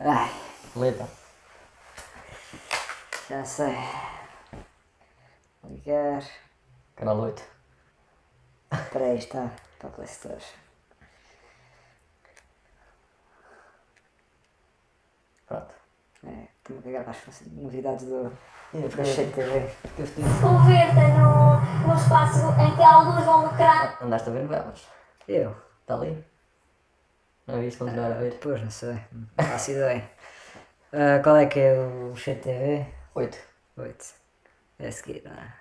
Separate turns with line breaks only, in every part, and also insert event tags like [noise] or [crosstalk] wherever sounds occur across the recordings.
Ai,
Legal.
já sei. Ligar.
Canal 8.
Para aí está. Para colecionadores.
Pronto.
É, tenho que gravar as novidades do,
E
do Cheio TV.
Converta no, no espaço em que alguns vão lucrar.
Ah, Andaste a ver novelas?
Eu?
Está ali? Não viste? Continuar a ver?
Pois, não sei. Não faço ideia. Ah, qual é que é o Cheio TV?
8.
8. É a seguir, não é?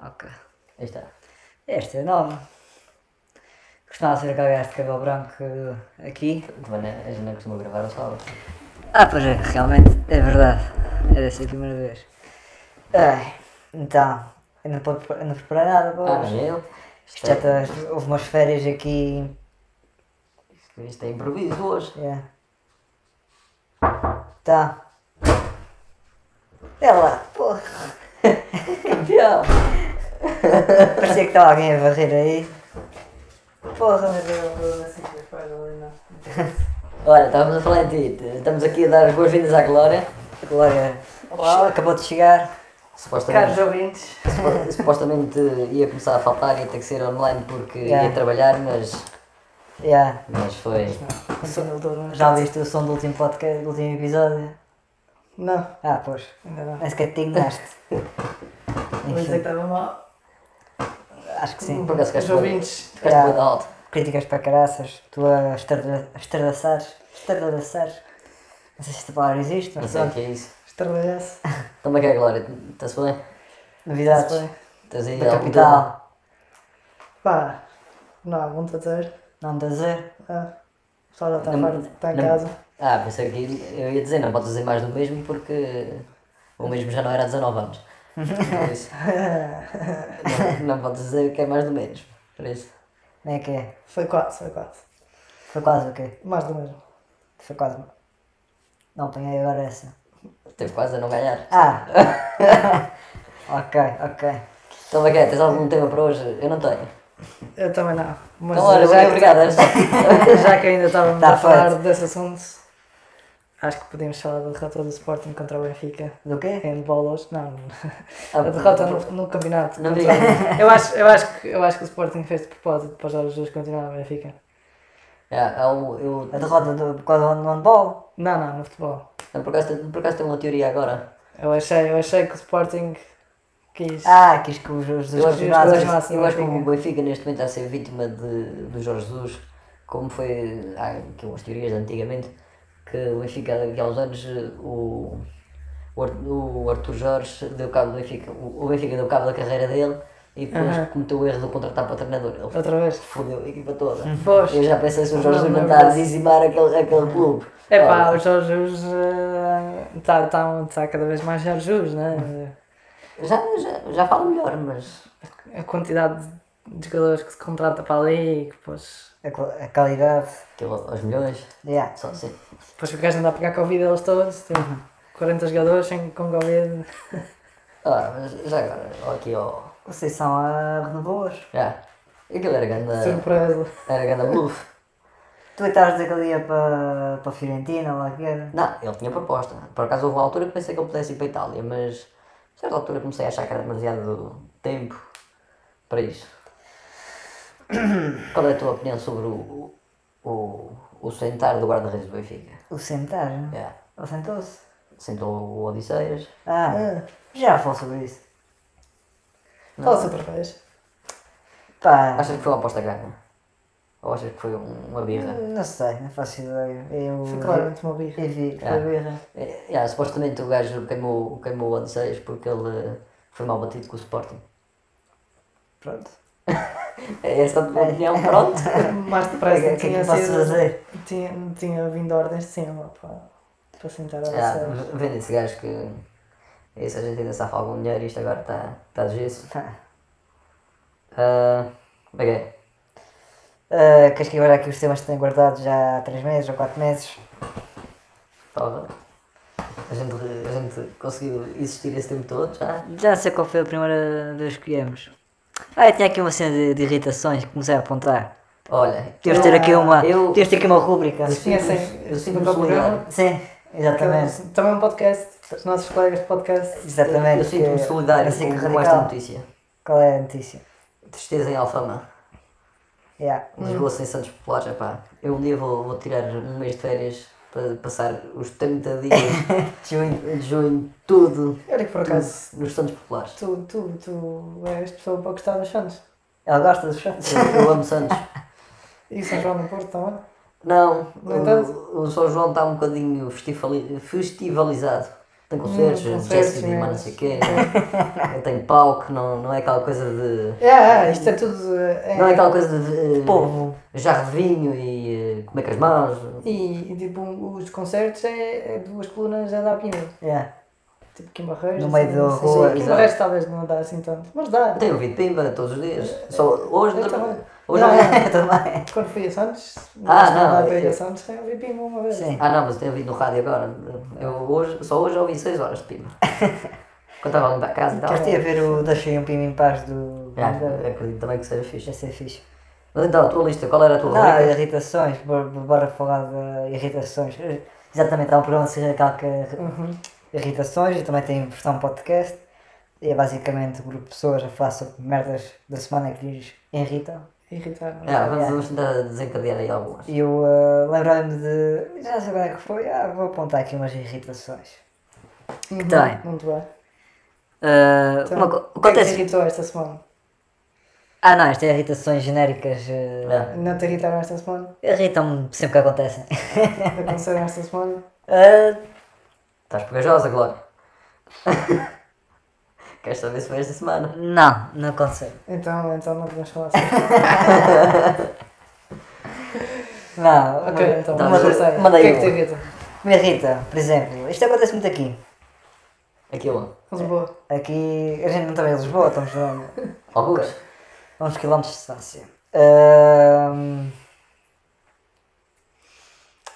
Ok.
Aí está.
Esta é nova. Gostava de ser aquele gajo de cabelo branco aqui.
Também não, a gente não costuma gravar ao sábado.
Ah, pois é, realmente, é verdade. Era essa a primeira vez. Ai, então, eu não, pude- eu não preparei nada para
Ah,
hoje.
nem eu.
Isto já está, houve umas férias aqui.
Isto- Isto é improviso hoje.
Yeah. Tá. É lá, [laughs] porra.
Pior.
Parecia que estava alguém a varrer aí. Porra, meu Deus.
Olha, estávamos a falar em ti. Estamos aqui a dar as boas-vindas à Glória.
A Glória acabou de chegar.
Supostamente,
ouvintes.
supo- supostamente ia começar a faltar, ia ter que ser online porque
Yeah.
ia trabalhar, mas,
Yeah.
mas foi.
Já viste o som do último podcast, do último episódio?
Não,
Ah, pois.
ainda não.
Nem sequer te [laughs] ignaste.
Mas é que estava mal.
Acho que sim.
Por acaso
Os
ficaste
ouvintes.
Ficaste
Yeah.
muito alto.
Críticas para caraças. Tu a estarda- a estardaçares. Estardaçares. Não sei se esta palavra existe,
Não
mas
sei o
pronto.
que é isso.
Estralhaço.
Também que é Glória, está-se bem?
Novidades.
Estás aí
Da
algum tema?
capital.
Pá, não há muito a dizer.
Não me dizer.
Ah, o pessoal já está
Não-
farto, está em
não-
casa.
Ah, pensei que eu ia dizer, não podes dizer mais do mesmo porque o mesmo já não era há 19 anos. Por
[laughs]
isso. não, não podes dizer que é mais do mesmo. Por isso.
Como é que é?
Foi quase, foi quase.
Foi quase o quê?
Mais do mesmo.
Foi quase. Não apanhei agora essa.
Teve quase a não ganhar.
Ah! [laughs] ok, ok.
Então, Maquia, tens algum tema para hoje? Eu não tenho.
Eu também não. Mas
Então, olha,
já,
muito obrigado. Ernest.
que, [laughs] já que ainda estávamos
Tá
a falar
feito.
desse assunto, acho que podíamos falar da derrota do Sporting contra o Benfica.
Do quê?
Em bolas, não.
Ah,
A derrota no, no campeonato.
Não
contra-
diga.
eu, acho, eu, acho que, eu acho que o Sporting fez de propósito para os jogos dois continuar a Benfica.
Ah, há um- eu,
Então-
A derrota do, com o handball?
Não, não, no futebol.
eu por, acaso, por acaso tenho uma teoria agora.
Eu achei, eu achei que o Sporting quis.
Ah, quis que os os os
Eu acho, eu acho-
jogadores.
dois máximos,
eu acho que o
Benfica.
Benfica neste momento está a ser vítima de, do Jorge Jesus, como foi há aqui umas teorias de antigamente, que o Benfica daqui a uns anos eh, o, o, Ar- o Arthur Jorge deu cabo do Benfica, o, o Benfica deu cabo da carreira dele e depois cometeu o erro de contratar para o treinador. Ele
Outra vez.
fodeu a equipa toda.
Pois.
Eu já pensei se o Jorge
Não,
Jesus não
não
está a
é verdade.
dizimar aquele, aquele clube.
É pá,
Olha,
os Jorjus está tá, tá cada vez mais Jorjus, né?
já, já, já falo melhor, mas.
A quantidade de jogadores que se contrata para ali e que depois,
A, qual- a qualidade.
Aquilo aos milhões.
Yeah.
Só assim.
depois o gajo anda a pegar Covid eles todos, tipo,
Uhum.
40 jogadores sem, com Covid.
Ah, mas já agora, ó, aqui ó.
Conceição a renovou-os.
Já. É. Aquilo era
É.
ganda.
Surpresa.
Era ganda bluff.
Tu é que estavas a dizer que ele ia para, para a Fiorentina, lá que era.
Não, ele tinha proposta. Por acaso houve uma altura que pensei que ele pudesse ir para a Itália, mas a certa altura comecei a achar que era demasiado tempo para isso. Qual é a tua opinião sobre o, o, o sentar do guarda-redes do Benfica?
O sentar, não?
Já.
Ele sentou-se.
Sentou o Odisseias.
Ah, já falou sobre isso.
Fala-se outra vez.
Pá,
Achas que foi uma aposta ganha? Ou achas que foi um- uma birra?
não sei, não faço ideia. Eu
Foi claramente uma birra.
eu vi que
Ah.
foi birra.
É, yeah, supostamente o gajo queimou, queimou o Odisseias porque ele eh, foi mal batido com o Sporting.
Pronto.
É essa a tua opinião,
[laughs]
pronto.
Mais
O que é
depressa
que
tinha
eu posso fazer?
Tinha, tinha vindo ordens de cima para, para sentar a
[laughs] Ah,
yeah.
vendo esse gajo que. Esse a gente ainda safa algum dinheiro e isto agora está tá de gesso.
Pá.
Ah, como é que é?
Ah, queres que agora aqui os temas que tenho guardado já há 3 meses ou 4 meses?
Porra. A gente, a gente conseguiu existir esse tempo todo já.
Já não sei qual foi a primeira vez que viemos. Ah, eu tinha aqui uma cena de, de irritações que comecei a apontar.
Olha,
Temos de ter aqui uma,
eu-
temos de ter aqui uma rúbrica.
Sim, é sem-
eu sinto
sem para o programa.
Sim, exatamente.
Também, também um podcast, os nossos colegas de podcast.
Exatamente.
Eu sinto-me
que-
solidário
assim que
com, com
radical.
esta notícia.
Qual é a notícia?
Tristeza em Alfama.
Yeah.
Lisboa sem Santos Populares, epá. Eu um dia vou, vou tirar um mês de férias para passar os 30
[laughs]
dias de junho, tudo,
Olha que por
tudo
acaso,
nos Santos Populares.
tu, tu, tu és pessoa para gostar dos Santos.
Ela gosta dos chão?
Eu, eu amo Santos.
E São João do Porto também.
Não, então-
No entanto-
o, o São João está um bocadinho festivali- festivalizado. Tem concertos,
Hum, concertos
Jesse de não
mesmo.
sei quê, tem palco, não, não é aquela coisa de.
É, é, isto é tudo. é-
Não é aquela coisa de. eh,
Povo.
jarro de vinho e eh, comer com as mãos.
E, e, tipo, um- os concertos é, é duas colunas a dar pino.
Yeah.
Tipo, Kim Barreiros.
No meio
assim,
da
não sei
rua,
se- Kim
exato.
Barreiros talvez não dá assim tanto. Mas dá.
Eu tenho ouvido pimba todos os dias. Só hoje.
Eu também.
hoje
Não,
não, [laughs]
é.
Eu também.
Quando fui a Santos,
Ah, não,
nada a
eu-
Santos, eu vi pimba uma vez.
Sim.
Ah, não, mas tenho ouvido no rádio agora. Eu hoje, só hoje ouvi 6 horas de pimba. Quando estava a limpar a casa e tal.
Queres ter a ver o Deixei um Pim em Paz do.
Ah, acredito também que seja fixe.
Ia ser fixe.
Mas então, a tua lista, qual era a tua
Ah,
rubrica?
irritações, bora, bora falar de irritações. Exatamente, há um programa que se recalca
Uhum.
irritações e também tem versão podcast. E é basicamente um grupo de pessoas a falar sobre merdas da semana que lhes irritam.
Irritar.
Ah, vamos, vamos tentar desencadear aí algumas.
E eu uh, lembrei-me de. Já sei bem o que foi, ah, vou apontar aqui umas irritações.
Uhum,
Tem.
Muito bem.
Eh,
Ah,
Então,
Então é. uma co-
o que é que te
acontece-
irritou esta semana?
Ah, não, isto é irritações genéricas. ah,
Ah,
Não te irritaram esta semana?
É. Irritam-me sempre que acontecem. [laughs]
Aconteceram esta semana?
Ah,
Estás pegajosa, Glória. [laughs] Queres saber se foi esta semana?
não, não aconteceu.
Então, então não podemos
[laughs]
falar assim.
Não, eh,
ok, então
Tá,
vamos
mas-
passar. O
manda
que
aí
é que te
uma.
irrita?
me irrita, por exemplo. Isto acontece muito aqui.
Aquilo.
Lisboa.
Aqui, a gente não está bem em Lisboa, estamos a
Alguns.
a uns quilómetros de distância. Ahm,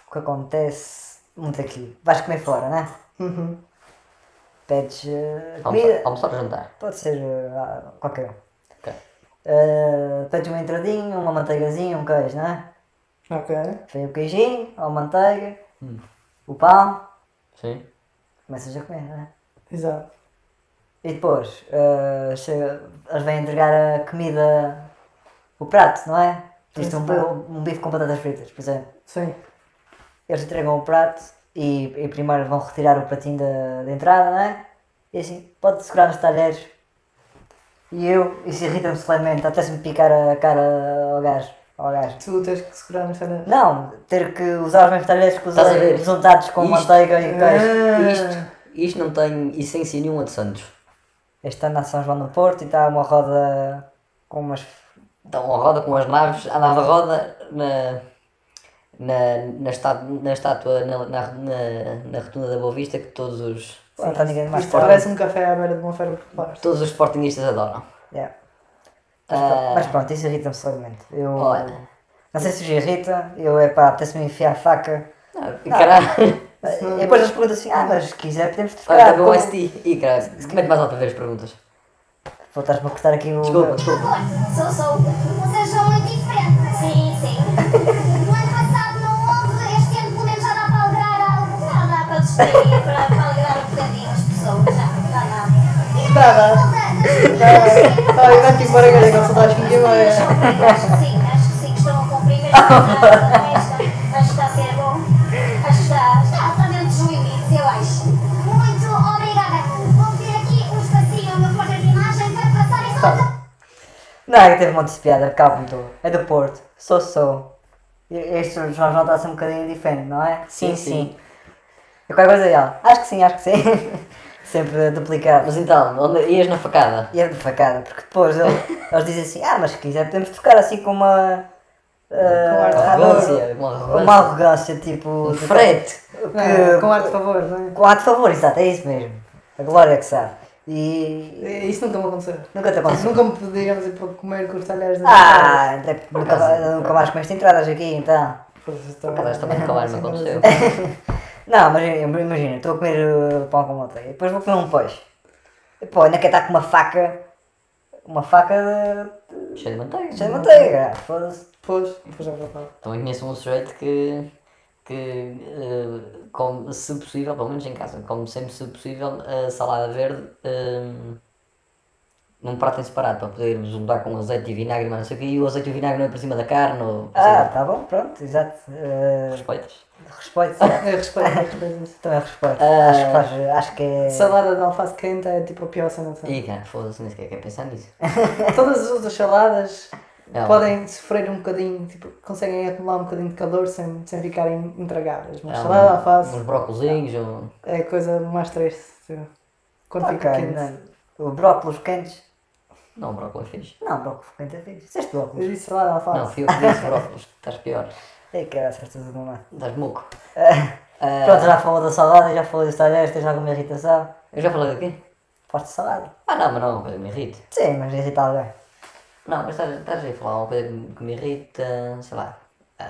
o que acontece muito aqui? Vais comer fora, né?
Uhum.
Pedes eh,
Almoçar,
comida,
almoçar ou jantar.
pode ser eh, ah, qualquer um.
Ok.
Ah, pedes uma entradinha, uma manteigazinha, um queijo, não é?
Ok.
Vem o queijinho, a manteiga,
Hum.
o pão,
Sim.
começas a comer, não é?
Exato.
E depois, eh, chega, eles vêm entregar a comida, o prato, não é? Isto é um, bu- um bife com batatas fritas, por exemplo.
Sim.
Eles entregam o prato e, e primeiro vão retirar o pratinho da, da entrada, não é? E assim, pode segurar nos talheres. E eu, isso irrita-me solenemente, até-se-me picar a cara ao gajo. Ao gajo.
Tu tens que segurar nos canais.
Não, ter que usar os mesmos talheres que
Estás a
usei,
ver?
juntados com
Isto- Ah,
manteiga e queijo.
Isto, isto não tem essência nenhuma de Santos.
Este ano há São João do Porto e está uma roda com umas
Então a roda com as naves, andava a roda na, na, na, estátua, na, estátua na, na, na, na rotunda da Boa Vista que todos os,
Sim, não está ninguém
é
mais
Isto
forte.
parece um café à beira de uma feira popular.
todos os sportingistas adoram.
Yeah. Mas, pronto, mas pronto, isso irrita-me solenemente. Eu
Ah. Olha.
não sei se os irrita, eu é pá, até-se-me enfiar a faca.
Ah, Caralho,
E depois eles perguntam assim, ah, mas se quiser podemos
olha,
trocar.
acabou o
Ah, como-
ST. Ih, caralho, se mete mais alto para ver as perguntas.
Vou estar-me a cortar aqui o.
Desculpa, desculpa.
Sou, sou. Vocês são muito diferentes. Sim, sim. No ano passado não houve, este ano pelo menos já dá para alegrar algo. Já dá para distrair, para, para alegrar um bocadinho as pessoas. Já, já dá. E
Dá, dá.
dá.
Ai, vai-te embora, garoto, que só estás comigo, é.
Acho que sim, acho que sim, que estão a cumprir mesmo a contrata com esta. Acho que está a ser bom. Acho que está, está, está dentro dos limites, eu acho. Muito obrigada. Vou ter aqui um espacinho no porta de imagem para passar e só.
Não, eu teve um monte de piada, calma, estou. É do Porto, sou sou. E- Este João João está-se um bocadinho diferente, não é?
Sim, sim.
E qualquer coisa dela? Acho que sim, acho que sim. [laughs] Sempre duplicado.
Mas então, onde ias na facada?
E é de facada, porque depois ele- eles, dizem assim, ah, mas se quiser podemos trocar assim com uma.
Com arte de
ah,
Arrogância, com
Uma
arrogância.
arrogância, tipo.
Um frete.
Não, com
Que,
arte de favor, não é?
com a de favor, exato, é isso mesmo. A glória que sabe. E.
É, Isso nunca me aconteceu.
Nunca te aconteceu.
Nunca me pediram ir para comer com os talheres da
Ah, até nunca, nunca mais comeste entradas aqui, então.
Mas
é.
também nunca mais me aconteceu.
Não, mas imagina, estou a comer uh, pão com manteiga, depois vou comer um peixe. E, Pô, ainda quer estar com uma faca. Uma faca
[laughs] Cheio de manteiga.
Cheio de manteiga, foda-se.
Pois, pois
[laughs]
é verdade.
Também conheço um sujeito que, que eh, come, se possível, pelo menos em casa, come sempre, se possível, a salada verde eh, num prato em separado, para poder juntar com azeite e vinagre, mas não sei o quê, e o azeite e o vinagre não é por cima da carne, ou por
Ah,
cima
tá bom, pronto, exato.
dos
Eh,
respeitas.
respeito,
É respeito, respeito.
também respeito.
Ah.
acho, que faz, acho que é.
Salada de alface quente é tipo a pior cena de
tá.
sempre.
E cara, foda-se, nem sequer quero pensar nisso.
Todas as outras saladas
É
Não.
podem sofrer um bocadinho, tipo, conseguem acumular um bocadinho de calor sem, sem ficarem intragáveis.
É
Mas
Há
salada de
um-
alface
Uns brócolizinhos, um...
é a coisa mais triste. tipo, Quando
Tá Ok,
fica quente.
não. é? O brócolos quentes.
Não, um brócolis fixe.
Não, brócolos quentes é fixe. Dizeste
Eu
brócolos.
disse salada de
Não,
alface.
fui eu que disse brócolis, estás pior,
É que era certo tudo mamãe.
estás moco.
Ah,
Ah.
Pronto, já falou da salada, já falou dos talheres, tens alguma irritação?
Eu já falei do quê?
Faz de salada.
Ah não, mas não, é uma coisa que me irrita.
Sim, mas é. irrita alguém.
Não, mas estás, estás a falar uma coisa que me, que me irrita, sei lá. ah.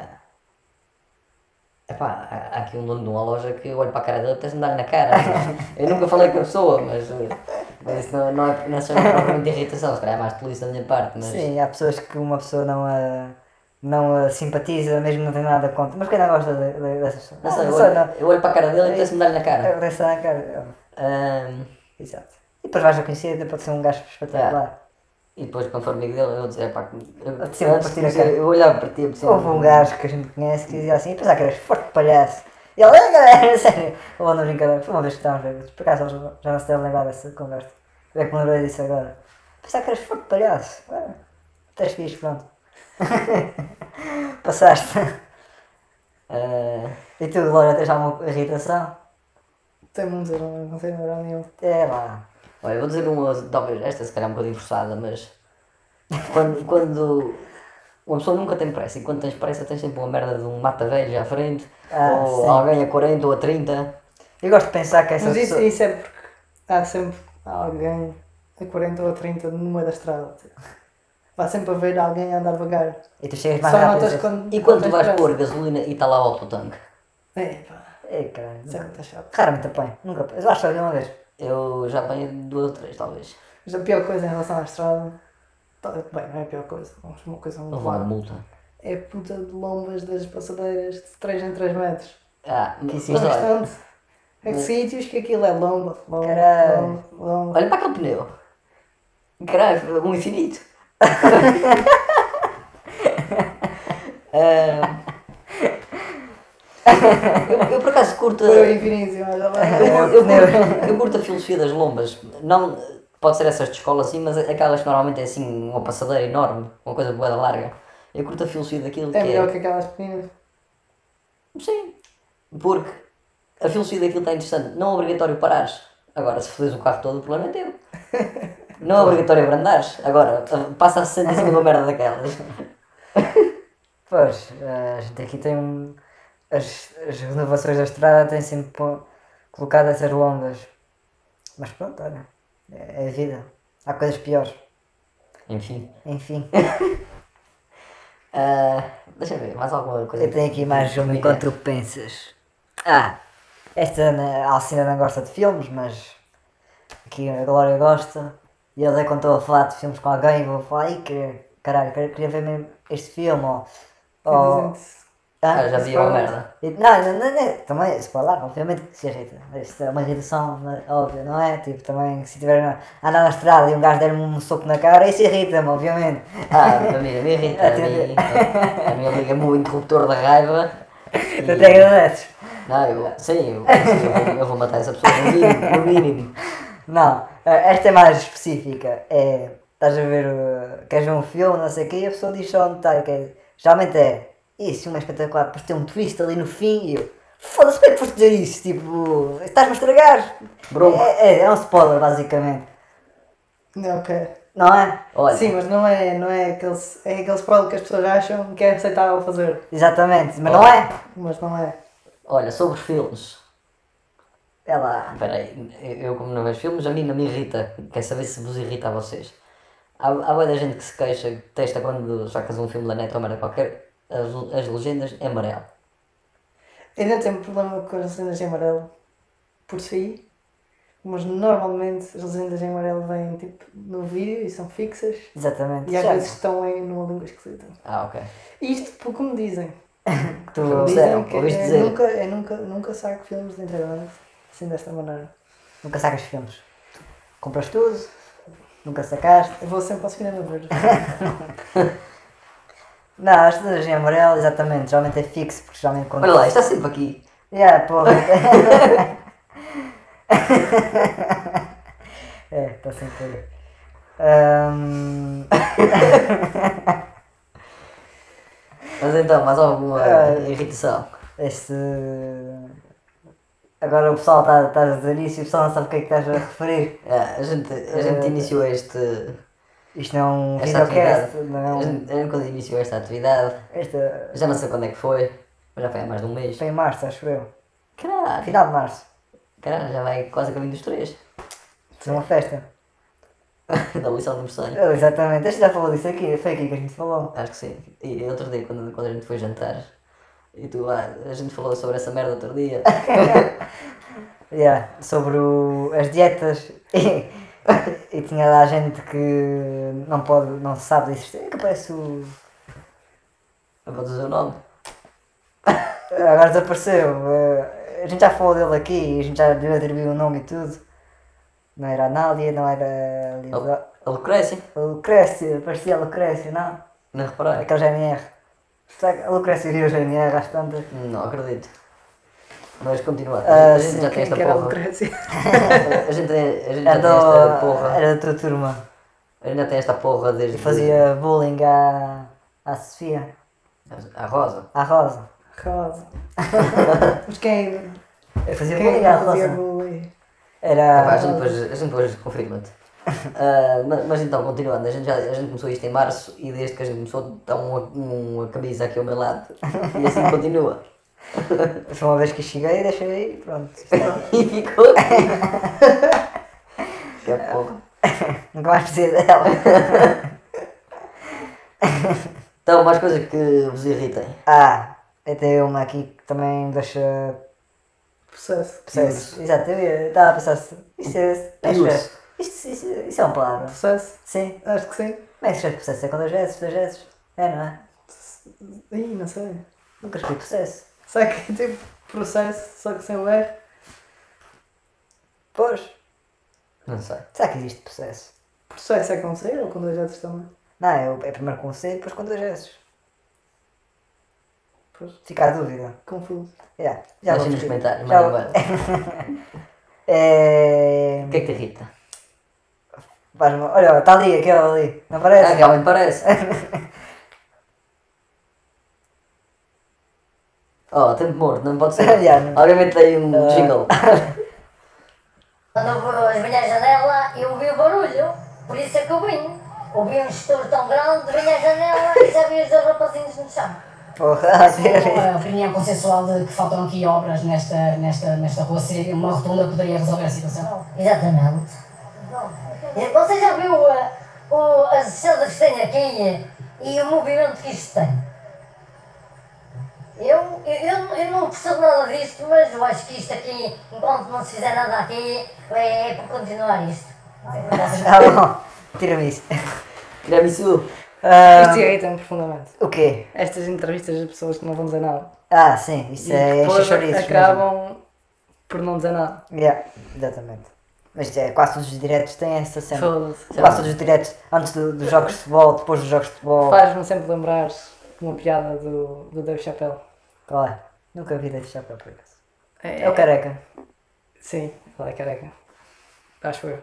Epá, há, há aqui um dono de uma loja que eu olho para a cara dele e tens de me dar na cara. Eu nunca falei com a pessoa, mas, mas isso não, não é não é propriamente irritação, se calhar é mais polícia da minha parte, mas
Sim, há pessoas que uma pessoa não a. não a simpatiza, mesmo não tem nada contra. Mas quem não gosta de, de, dessas pessoas? Ah,
não sei, eu
pessoa
olho, eu olho para a cara dele e tens de me dar na cara. Ah,
É, dessa cara.
Ahm,
Exato. E depois vais a conhecer, depois pode ser um gajo espetacular.
e depois quando for amigo dele eu vou dizer, epá, que- eu,
Sim, vou
antes
partir
de
a
conhecer,
cara.
eu olhava para ti, eu pensei, "Hum,
Houve um gajo que a gente conhece que dizia assim, apesar que eras forte palhaço. E ele, "Ah, galera, sério, ou não brincadeira, foi uma vez que estávamos bêbados, por acaso eles já- já não se deve lembrar dessa conversa. Como é que me lembrei disso agora? Apesar que eras forte palhaço. Ah, Estás fixe, pronto. [laughs] Passaste.
ah,
E tu, Glória, tens alguma irritação?
Tem muitos, eu não não sei lembrar nenhum.
É lá.
Olha, vou dizer uma, talvez esta se calhar um bocadinho forçada, mas
[laughs]
quando, quando uma pessoa nunca tem pressa e quando tens pressa tens sempre uma merda de um mata-velho à frente,
Ah,
ou
sim.
alguém a 40 ou a 30.
Eu gosto de pensar que essa
Mas isso,
pessoa...
isso é porque há sempre alguém a 40 ou 30 no meio da estrada. Tipo. Vai sempre haver alguém a andar devagar.
E tu chegas mais
Só
rápido.
notas
assim.
quando.
E quando tu
tens
vais
pressa.
pôr gasolina e está lá o autotanque?
É, pá,
Ei, caralho.
isso é muito chato.
Raramente apanho. Nunca apanho. Eu acho que só de uma vez.
Eu já apanhei duas ou três, talvez.
Mas a pior coisa em relação à estrada. tá- Bem, não é a pior coisa, mas uma coisa muito
Houve um uma
má.
multa.
É a puta de lombas das passadeiras de 3 em 3 metros.
Ah, mas,
isso
mas olha,
Bastante. É que sítios que aquilo é lomba, lomba,
Caralho.
lomba, lomba.
olha para aquele pneu. Caralho, um infinito. Ah, eu, eu por acaso curto.
Foi o infinito, mas olha lá. É
Eu, eu curto, eu curto a filosofia das lombas. Não, pode ser essas de escola assim, mas aquelas que normalmente é assim, uma passadeira enorme, uma coisa boa larga. Eu curto a filosofia daquilo que
É melhor
é.
que aquelas pequenas.
Sim. Porque a filosofia daquilo está interessante. Não é obrigatório parares. Agora, se fodes o carro todo, o problema
[laughs]
é teu. Não é obrigatório abrandares. Agora, passa a 60 em cima de uma merda daquelas.
Pois, eh, a gente aqui tem um. As, as renovações da estrada têm sempre pô- colocado essas lombas. Mas pronto, olha. É, é a vida. Há coisas piores.
Enfim.
Enfim,
ah, deixa eu ver, mais alguma coisa?
eu tenho aqui mais um uma enquanto tu pensas. Ah, esta Ana- a Alcina não gosta de filmes, mas aqui a Glória gosta. E ele é quando estou a falar de filmes com alguém, vou falar, ai que caralho, queria queria ver mesmo este filme ou. ou
Dizem-te,
Ah,
Ah, já vi uma merda.
E- Não, não, não, não, também, se for lá, obviamente que se irrita. Isto é uma irritação né, óbvia, não é? Tipo, também, se tiver a andar na estrada e um gajo der-me um soco na cara, isso irrita-me, obviamente.
Ah, a mim, a mim irrita, a mim, a mim liga-me o interruptor da
[laughs]
raiva.
Tu até agradeces.
Não, eu, sim, eu, eu, vou- eu vou matar essa pessoa, no mínimo, no
[laughs]
mínimo.
Não, eh, esta é mais específica. É, estás a ver, eh, queres ver um filme, não sei o quê, e a pessoa diz só um detalhe, que é, geralmente é, isso, filme é espetacular, depois tem um twist ali no fim, e eu, foda-se, como é que foste dizer isso? Tipo, estás-me a estragar.
Bronco.
É, é, é um spoiler, basicamente.
Não, ok.
Não é?
Olha,
Sim, mas não é, não é aquele, é aquele spoiler que as pessoas acham que é aceitável fazer,
Exatamente, mas não é?
mas não é.
olha, sobre filmes.
É lá.
Espera aí, eu como não vejo filmes, a mim não me irrita. Quer saber se vos irrita a vocês. Há, há boa da gente que se queixa, que testa quando sacas um filme da net ou merda qualquer, as, as legendas é amarelo.
um Ainda tenho problema com as cenas em amarelo por si, Mas normalmente as legendas em amarelo vêm tipo no vídeo e são fixas.
Exatamente.
E às
Já,
vezes estão em numa língua esquisita.
Ah, ok.
Isto porque me dizem.
que tu
Me
Disseram,
dizem que
ouviste
é,
dizer.
nunca, é nunca, nunca saco filmes de internet assim desta maneira.
nunca sacas filmes. Compras tudo, nunca sacaste.
Eu vou sempre ao cinema ver.
Não, as todas em amarelo, exatamente, geralmente é fixo, porque geralmente quando.
Olha lá, está sempre aqui.
Yeah, porra. é, está sem poder. Ahm,
Mas então, mais alguma
Ah.
irritação?
este. Agora o pessoal está está a dizer isso e o pessoal não sabe o que é que estás a referir.
Ah, a gente, a
É.
gente iniciou este.
Isto não é um
Esta
videocast,
atividade.
não é
A
um.
gente, a gente quando iniciou esta atividade,
Esta.
já não sei quando é que foi, mas já foi há mais de um mês.
Foi é em março, acho eu.
Caralho,
Final de março.
caralho, já vai quase a caminho dos três. [laughs]
Fiz uma festa.
da lição de Messonho.
Oh, exatamente, este já falou disso aqui, foi aqui que a gente falou.
Acho que sim. E outro dia, quando, quando a gente foi jantar, e tu, ah, a gente falou sobre essa merda outro dia. [laughs]
Yeah, sobre o- as dietas [laughs] e, e tinha lá gente que não pode, não sabe da existência. É que parece o.
Não vou dizer o nome.
Agora desapareceu. eh, A gente já falou dele aqui, a gente já lhe atribuiu o nome e tudo. Não era Anália, não era
Oh.
Lido-
A Lucrécia.
Lucrécia, parecia Lucrécia, não?
Não É reparar.
Aquele GNR. Será que a Lucrécia viu o GNR às tantas?
Não acredito. Mas continua.
Ah,
a gente
sim,
já tem
Quem
esta
quer a
porra. [laughs]
lucrância?
a gente, tem- a gente já tem esta
Andou,
porra.
era da tua turma.
A gente já tem esta porra desde.
E fazia bullying à, à Sofia,
A Rosa.
à Rosa.
Rosa. Mas quem,
Eu fazia
quem é
bullying
que
à
fazia
Rosa.
bullying?
Ah, pá, a
Era.
gente depois, a gente depois
[laughs]
confirma-te. Ah, mas, mas então, continuando, a gente, já, a gente começou isto em março e desde que a gente começou está uma, uma camisa aqui ao meu lado
[laughs]
e assim continua.
Foi uma vez que cheguei, deixei e pronto. [laughs]
e ficou [laughs] aqui. que é pouco.
Nunca mais precisei dela. [laughs]
Então, mais coisas que vos irritem.
Ah, até uma aqui que também me deixa
Processo.
Processo. Exato, eu ia- estava a pensar assim. Isso é. Isto, é-
Use.
isto, isto, isto é uma palavra.
Processo?
Sim.
Acho que sim.
Como é que se escreve processo? É com dois S, dois S? É, não é?
Ih, não sei.
Nunca escrevi processo.
Será que [laughs] é tipo processo, só que sem o R?
Pois.
Não sei.
Será que existe processo?
Processo é com C ou com dois J's também?
Não, é, é primeiro com C e depois com dois S.
Pois,
Fica a dúvida.
confuso.
Yeah, já vou
Deixem nos
escrever.
comentários.
Já
manda
vou-
um mail.
[laughs] É.
O que é que te irrita?
Vais-me- Olha, está ali, aquele ali. Não
Ah,
parece?
realmente parece. Oh, tempo morto, não pode ser.
Yeah, não.
Alguém mete aí um jingle.
Quando abriu as minhas janela, eu ouvi o barulho, por isso é que eu vim. Ouvi um estouro tão grande, vim à janela e já vi os dois rapazinhos no chão.
Porra, a [laughs] sério.
Uma opinião é um consensual de que faltam aqui obras nesta, nesta, nesta rua seria uma rotunda poderia resolver a situação.
Exatamente. E Você já viu eh, o, as estradas que tem aqui e o movimento que isto tem? Eu, eu, eu- eu não percebo nada disto, mas eu acho que isto aqui, enquanto não se fizer nada aqui, é, é para continuar isto.
Tá bom. Tira-me
[laughs]
isso.
Tiramisu.
Ah.
Isto irrita-me profundamente.
O quê?
Estas entrevistas de pessoas que não vão dizer nada.
Ah, sim, isso
E
é
depois
enxixorices mesmo.
acabam por não dizer nada.
Yeah, exatamente. Mas é, quase todos os diretos têm essa cena.
Foda-se.
Quase todos os diretos, antes do- dos jogos de futebol, depois dos jogos de futebol.
Faz-me sempre lembrar uma piada do, do Dave Chappelle.
Qual é? Nunca vi deixar para por acaso.
É,
É o careca.
Sim, ele é careca. Acho eu.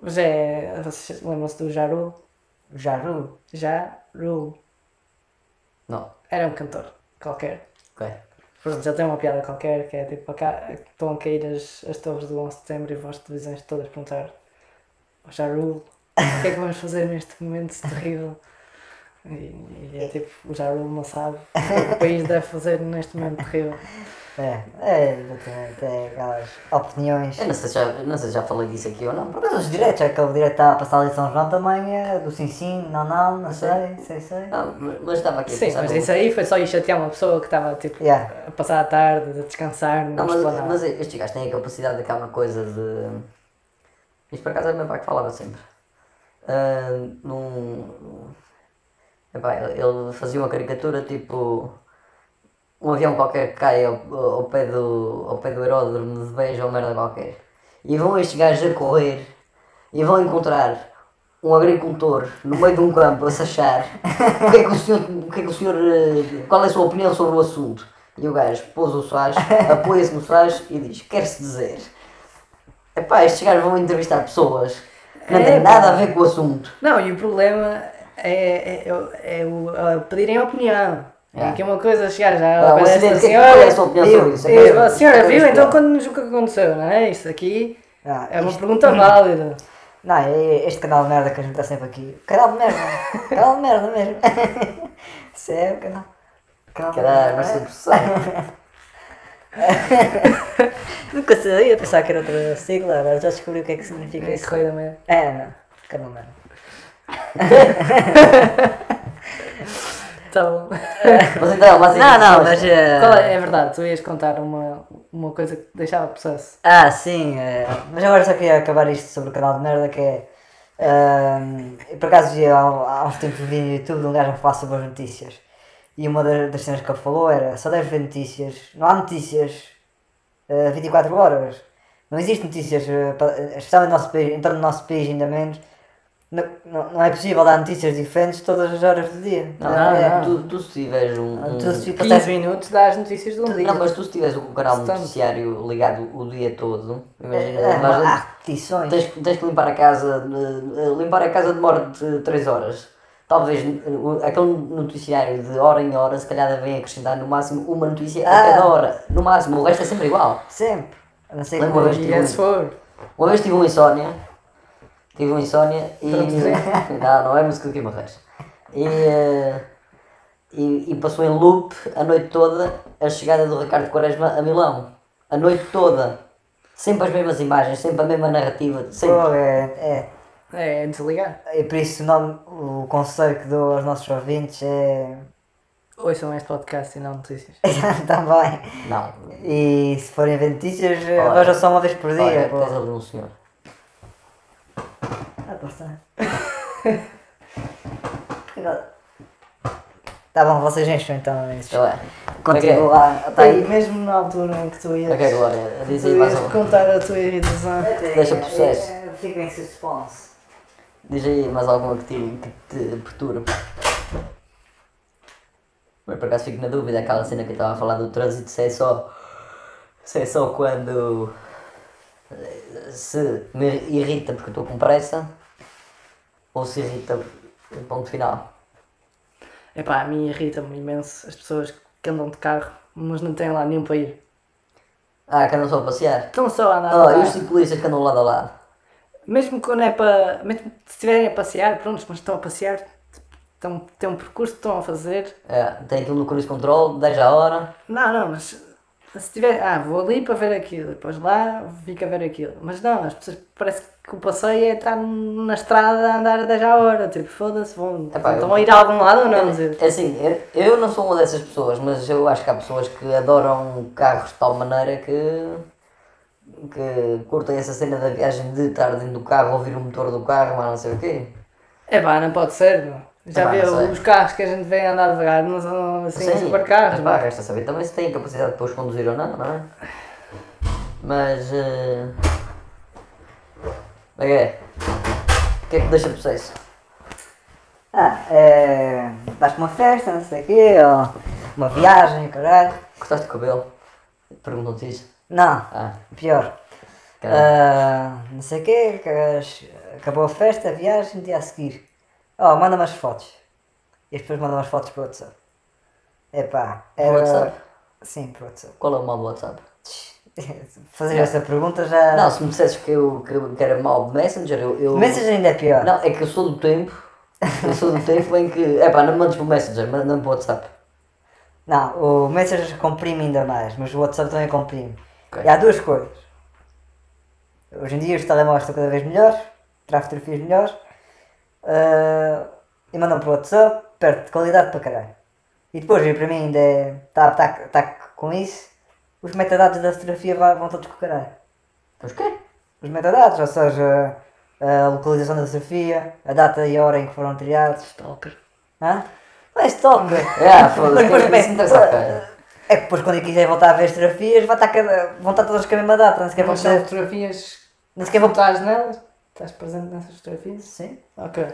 Mas é. Vocês lembram-se do Jarul?
O Jaru.
Jarul.
Não.
Era um cantor qualquer.
Ok.
Pronto, já tem uma piada qualquer que é tipo: acá, estão a cair as, as torres do 11 de setembro e vós televisões todas perguntar ao Jarul o que é que vamos fazer neste momento terrível. é E, e é tipo: o Jarul não sabe o que o país deve fazer neste momento terrível.
É, é, exatamente, é aquelas opiniões.
Eu não sei, se já, não sei se já falei disso aqui ou não.
Mas os direitos, é aquele direito que está a passar ali de São João também, é do sim sim, não não, não sei, sei, sei.
Não, Ah, mas estava aqui a
Sim,
pensar
mas
no-
isso aí foi só ir chatear uma pessoa que estava tipo
Yeah.
a passar a tarde, a descansar,
Não,
não,
mas,
explanava.
mas estes gajos têm a capacidade de aquela coisa de. Isto por acaso era o meu pai que falava sempre. Ah, num. Epá, ele- ele fazia uma caricatura tipo. Um avião qualquer que cai ao, ao, pé do, ao pé do aeródromo de Beja ou merda qualquer. E vão estes gajos a correr e vão encontrar um agricultor no meio de um campo a sachar o que é que o senhor, o que é que o senhor eh, qual é a sua opinião sobre o assunto e o gajo pôs o sás apoia-se no sás e diz quer-se dizer epá estes gajos vão entrevistar pessoas que não têm
É, pá.
nada a ver com o assunto
Não, e o problema é, é, é, é o, é pedirem opinião.
Yeah.
É. Que é uma coisa chegar já
Ah,
ao
o
pé desta
acidente, que-
senhora.
qual é a sua opinião sobre
viu,
isso?
viu,
É-
a senhora
é-
viu
é-
então quando, o que aconteceu, não é? Isto aqui
Ah,
é uma
isto-
pergunta válida.
Não, é este canal de merda que a gente está sempre aqui. Canal de merda! canal de merda mesmo! [laughs] Isso é o canal. canal de
caralho
merda.
vai ser processado
Nunca sabia, eu pensava que era outra sigla, agora já descobri o que é que significa
É
isso.
corrida mesmo.
É, não, canal de merda.
Tá bom.
[laughs] mas então mas
Não, não, mas.
mas-
[laughs] Qual
eh,
é, é verdade, tu ias contar uma, uma coisa que te deixava processo.
Ah, sim, eh, mas agora só queria acabar isto sobre o canal de merda que é. ehm, eu por acaso vi há, há uns tempos um vídeo no YouTube de um gajo a falar sobre as notícias. E uma das, das cenas que ele falou era: só deve ver notícias, não há notícias eh, 24 horas. Não existe notícias, eh, pa- eh, especialmente no nosso país, em torno do nosso país, ainda menos. Não, não, não é possível dar notícias diferentes todas as horas do dia.
não,
É- é-
tu, tu se tiveres um, um-
tu se passares-
15 minutos dá as notícias de um dia.
não, mas tu se tiveres o canal
Estamos-
noticiário ligado o dia todo imagina
é,
eh, nós-
há repetições.
Tens, que- tens que limpar a casa, eh, eh, limpar a casa demora 3 horas. Talvez eh, o- aquele noticiário de hora em hora, se calhar devem acrescentar no máximo uma notícia a
Ah.
cada hora. No máximo, o resto é sempre igual.
Sempre. A não ser que.
Lembro uma vez
E é se for.
Uma vez tive uma insónia, tive uma insónia e. [laughs] não, não é música do Guimarães. E, eh, e, e passou em loop a noite toda a chegada do Ricardo Quaresma a Milão. A noite toda. Sempre as mesmas imagens, sempre a mesma narrativa, sempre.
Pô, é, é.
É, é desligar.
E por isso o, nome, o conselho que dou aos nossos ouvintes é [laughs]
Ouçam este podcast e não notícias.
também.
Não,
E se forem ver notícias,
Olha.
vejam só uma vez por dia.
Olha,
pô.
tens ali um senhor.
Ah, tá certo. Agora- tá bom, vocês enchem então. esses-
Está bem.
Continuo
Tá Ok.
lá. Tá aí.
mesmo na altura em que tu ias,
Ok, Glória, diz
tu
aí mais
ias
alguma,
contar a tua irritação.
Deixa processo.
Fica em suspense.
diz aí mais alguma que te, que te perturbe. Mas por acaso fico na dúvida, aquela cena que eu estava a falar do trânsito, se é só. Se é só quando. eh, Se me irrita porque estou com pressa. Ou se irrita ponto final.
Epá, a mim irrita-me imenso as pessoas que andam de carro, mas não têm lá nenhum para ir.
Ah, que andam só a passear.
Estão só a andar
Oh,
de
e
carro.
os ciclistas que andam lado a lado.
Mesmo quando é para. Mesmo se estiverem a passear, prontos, mas estão a passear, estão, têm um percurso que estão a fazer.
É, tem aquilo no cruise control, 10 à hora.
Não, não, mas se tiver. Ah, vou ali para ver aquilo, depois lá fico a ver aquilo. Mas não, as pessoas parece que o passeio é estar na estrada a andar 10 à hora. Tipo, foda-se, vão.
Epá,
estão
eu-
a ir a algum lado ou não? Zé?
É assim, eu, eu não sou uma dessas pessoas, mas eu acho que há pessoas que adoram carros de tal maneira que, que curtem essa cena da viagem de estar dentro do carro, ouvir o motor do carro, mas não sei o quê.
É pá, não pode ser, não. Já
Epá, não sei.
viu os carros que a gente vê andar devagar, não são assim super
mas
carros.
pá, resta saber também se têm capacidade de depois conduzir ou não, não é? Mas. eh, ok. O que é que deixa processo?
Ah, é. Vais para uma festa, não sei o quê, ou uma viagem, caralho.
Cortaste o cabelo? Perguntam-te isso.
Não,
Ah,
pior.
caralho.
Ah, não sei o quê, que as- acabou a festa, a viagem, dia a seguir. Oh, manda umas fotos. E depois mandam umas fotos para o WhatsApp. Epá,
Para o
era-
WhatsApp?
Sim, para o WhatsApp. [laughs]
Qual é o mal do WhatsApp?
Fazer essa pergunta já.
Não, se me dissesses que, eu, que, que era mau de Messenger, eu. eu...
Mensagens ainda é pior.
Não, é que eu sou do tempo. Eu sou do tempo em que. É pá, não me mandes para o Messenger, manda-me para o WhatsApp.
Não, o Messenger comprime ainda mais, mas o WhatsApp também comprime.
Ok.
E há duas coisas. Hoje em dia os telemóveis estão cada vez melhores, tirar fotografias melhores, ah, e mandam para o WhatsApp, perde de qualidade para caralho. E depois, e para mim ainda está tá, tá com isso, os metadados da fotografia vá- vão todos com o caralho.
Mas quê?
Os metadados, ou seja, a localização da fotografia, a data e a hora em que foram tirados,
Stalker.
Hã? Mas toca!
[laughs] Ah, foda-se,
Mas depois
isso não interessa a cara.
É que depois quando eu quiser voltar a ver as fotografias vai estar cada... vão estar todas com a mesma data, nem sequer vão
Mas
é um
são
ter.
É fotografias
Nem sequer
que
vão.
estás nelas? Estás presente nessas fotografias?
Sim?
Ok.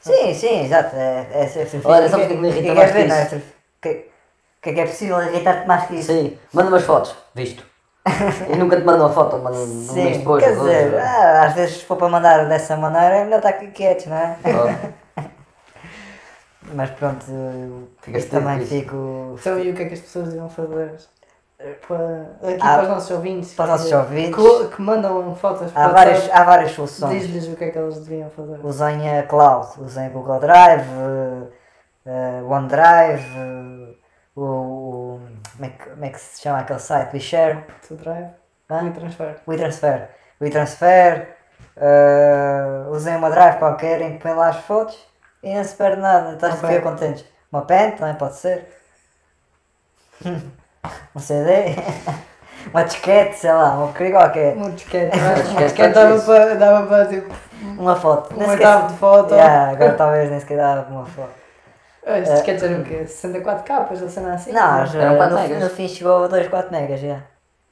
Sim, sim, exato. É, é, é, fotografia.
Olha, sabes o que é que me irrita mais que
ver, não é?
isso?
O que, o que é que é possível irritar-te mais que isso?
Sim, manda umas fotos, visto. Eu nunca te mando uma foto, mando um
Sim,
mês depois.
quer
ou dois,
dizer,
ou-
ah, às vezes se for para mandar dessa maneira é melhor estar aqui quietos, não é?
ou-
Mas pronto, eu
Ficas
eu também
triste.
fico.
Então, e o que é que as pessoas deviam fazer? Para, aqui
Eh, Há-
para os nossos ouvintes.
para os nossos
quer dizer,
ouvintes.
Que, que mandam fotos
Há
para
várias, Hum.
o
há várias
WhatsApp,
soluções.
Diz-lhes o que é que eles deviam fazer.
usem a cloud, usem Google Drive, eh, eh, OneDrive, eh, o, o- como, é que, como é que se chama aquele site? WeShare,
To drive.
Hã?
Me transfer.
WeTransfer, WeTransfer, eh, usem uma Drive qualquer em que põem lá as fotos e não se perde nada, estás
Uma
a ficar
pen.
contentes. Uma pen também pode ser. [laughs] um CD, [laughs] uma disquete, sei lá, uma porcaria qualquer,
Um
[laughs]
disquete.
Acho que
Um
é tanto
disquete dava
isso.
para, dava para tipo,
uma foto.
um oitavo de foto.
Yeah, agora talvez nem sequer dava uma foto.
Ah, Estes disquetes eram o quê? 64 capas, ou cena assim?
Eh, Não, já,
Eram quatro
no,
megas.
no fim chegou a 2, 4 megas, já.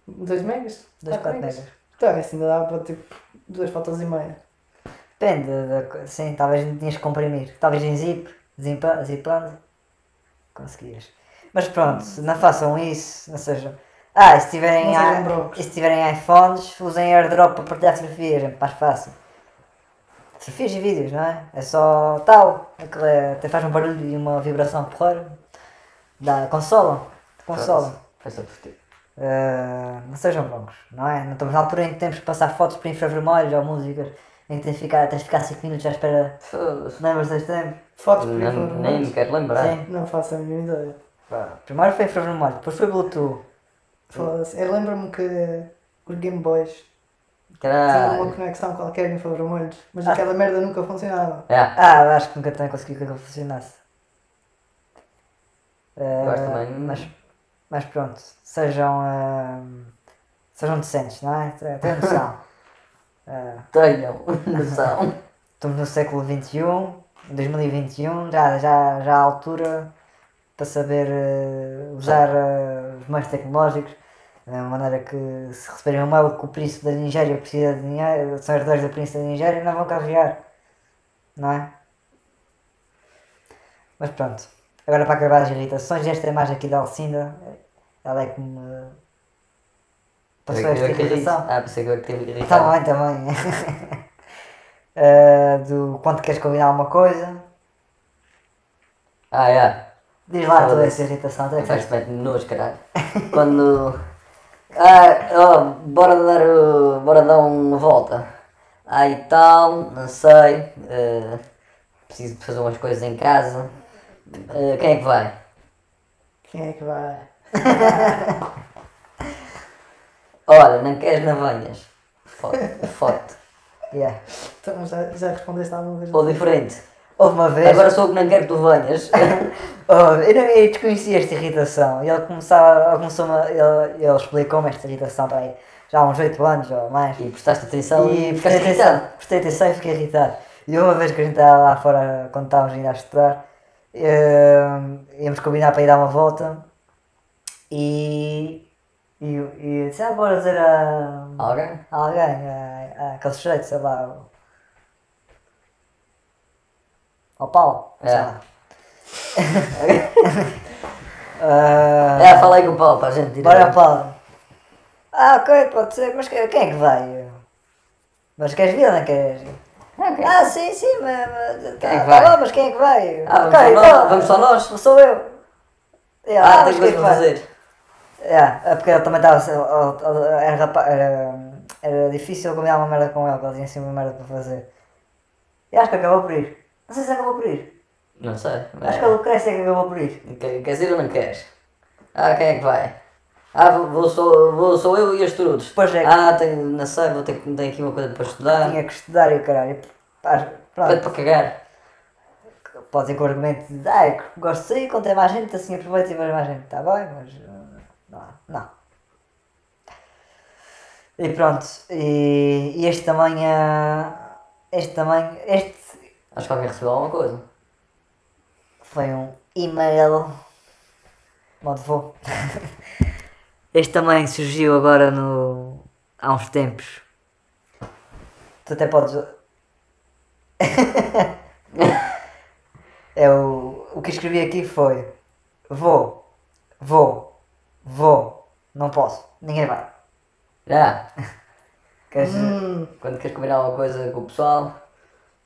2 megas?
Dois,
Quatro
quatro megas.
Então, assim, ainda dava para tipo duas fotos e meia.
Depende, da, co- sim, talvez não tinhas que comprimir. Talvez em zip, zimpa- zipando, conseguias. Mas pronto, não façam isso, não sejam... Ah, e se tiverem,
Não sejam
i-
brocos.
e se tiverem iPhones, usem airdrop para partilhar fotografias, é mais fácil. Fotografias e vídeos, não é? É só tal, aquilo é- até faz um barulho e uma vibração porreira. Dá, consolam, consolam.
Faz só por ti.
Uh, não sejam broncos, não é? Não estamos na altura em que temos que passar fotos para infravermelhos ou músicas, em que tens de ficar, tens de ficar 5 minutos à espera.
Foda-se.
Lembras deste tempo?
Fotos por
Nem
exemplo,
nem me quero lembrar.
Sim.
Não faço a mínima ideia.
Pá, Primeiro foi infravermelho, depois foi Bluetooth.
Foda-se. Eu lembro-me que os Game Boys
Ah.
tinham uma
Caralho.
conexão qualquer em infravermelhos,
Ah.
mas aquela merda nunca funcionava.
É,
Ah, acho que nunca também consegui que aquilo funcionasse. Uh,
Gosto também.
Mas, mas pronto, sejam. uh, sejam decentes, não é? Tenham noção. Uh,
Tenham [laughs] noção.
Estamos no século um, XXI, em 2021, já, já, já há altura para saber eh, usar eh, os meios tecnológicos, da maneira que se receberem um mail que o príncipe da Nigéria precisa de dinheiro, são herdeiros do príncipe da Nigéria, não vão carregar, não é? Mas pronto, agora para acabar as irritações, esta imagem aqui da Alcinda, ela é que me passou
Eu- eu
esta
que disse.
irritação.
Ah, pensei que eu que tive irritado.
Está bem, está bem. então, [laughs] Eh, do quando queres combinar alguma coisa,
Ah, é.
diz lá toda essa
Foda-se.
irritação. Até
Faz parte de nojo, caralho. Quando. Ah, ó, bora dar. uh, Bora dar uma volta. Ah, e tal, não sei. eh, preciso de fazer umas coisas em casa. Eh, quem é que vai?
Quem é que vai?
Olha, não queres navanhas? Foto, foto.
yeah.
Então, já, já respondeste alguma vez?
Ou diferente.
Houve uma vez,
Agora sou o que não quero que tu venhas.
[laughs] houve- eu, não, eu desconhecia esta irritação e ele começava, ele começou a, ele, ele explicou-me esta irritação para aí, já há uns 8 anos ou mais.
e prestaste atenção e,
Então, E prestei
ficaste
atenção,
irritado.
prestei atenção e fiquei irritado. E uma vez que a gente estava lá fora, quando estávamos ainda a estudar, eh, íamos combinar para ir dar uma volta e, e, e eu disse, ah, bora dizer a,
Alguém?
a alguém, a, a aquele sujeito, sei lá, ao- ao Paulo, sei
É.
lá. [laughs] Ah,
É, falei com o Paulo para a gente ir.
Bora Paulo. Ah, ok, pode ser, mas que- quem é que vai? Mas queres vir ou não queres? Ah, sim, sim, mas, mas
é Quem é que
tá
vai?
bom, mas quem é que vai?
Ah, vamos,
Ok,
só
então,
nós, vamos só nós.
Sou eu. É,
Ah,
mas
tem
quem é que
coisas para
vai?
fazer.
É, é porque ele também estava. Era, rapa- era, era difícil combinar uma merda com ele, que ele tinha assim uma merda para fazer. E acho que acabou por ir. Não sei se acabou por ir.
Não sei.
Acho que a Lucrécia é que acabou por ir.
Que- Queres ir ou não queres? Ah, quem é que vai? Ah, vou, vou só, vou só eu e as turudos.
Pois é.
Ah, tenho, não sei, vou ter, que- tenho aqui uma coisa para estudar.
Tinha que estudar e o caralho. Pá,
Pronto,
Pronto,
para cagar.
pode ser com o argumento de ah, eu gosto de sair, quando tem mais gente, assim aproveito e vejo mais gente, está bem, mas uh, não, não. E pronto, e, e este tamanho, ah, este tamanho, este
Acho que alguém recebeu alguma coisa.
foi um e-mail, modo vou. [laughs] este tamanho surgiu agora no, há uns tempos. Tu até podes [laughs] É o, o que escrevi aqui foi Vou, vou, vou, não posso, ninguém vai.
Já.
Queres-
Quando queres combinar alguma coisa com o pessoal,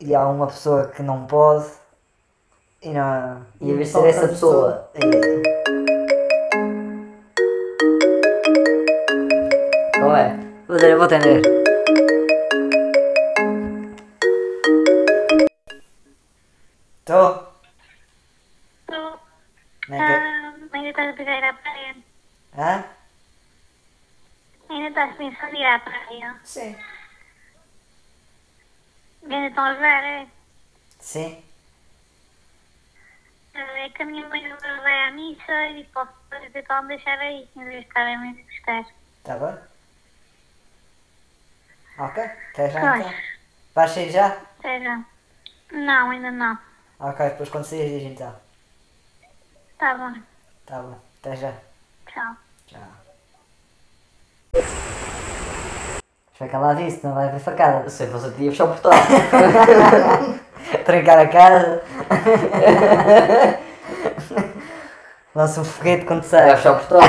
E há uma pessoa que não pode e não.
e a vez de ser essa pessoa.
E-
Qual é?
Vou dizer, vou atender. Tô?
Estou.
Como é que é?
Ah, ainda estás a pensar em ir à praia?
Hã?
Ainda estás a pensar em ir à praia?
Sim.
Ainda estão a levar, é?
Sim?
Ah, É que a minha mãe agora vai à missa e posso fazer para me deixar aí, em vez de estar a me gostar.
Tá bom? Ok, até já
Vai.
então. Vais sair já?
Seja. Não, ainda não.
Ok, depois quando sair diz então.
Tá bom.
Tá bom, até já.
Tchau.
Tchau. Foi que ela disse, não vai haver facada.
Se você tinha fechado o portal.
Trancar a casa. [laughs] Lança um foguete quando
Tá, Vai
sai.
fechar
[laughs]
o portal.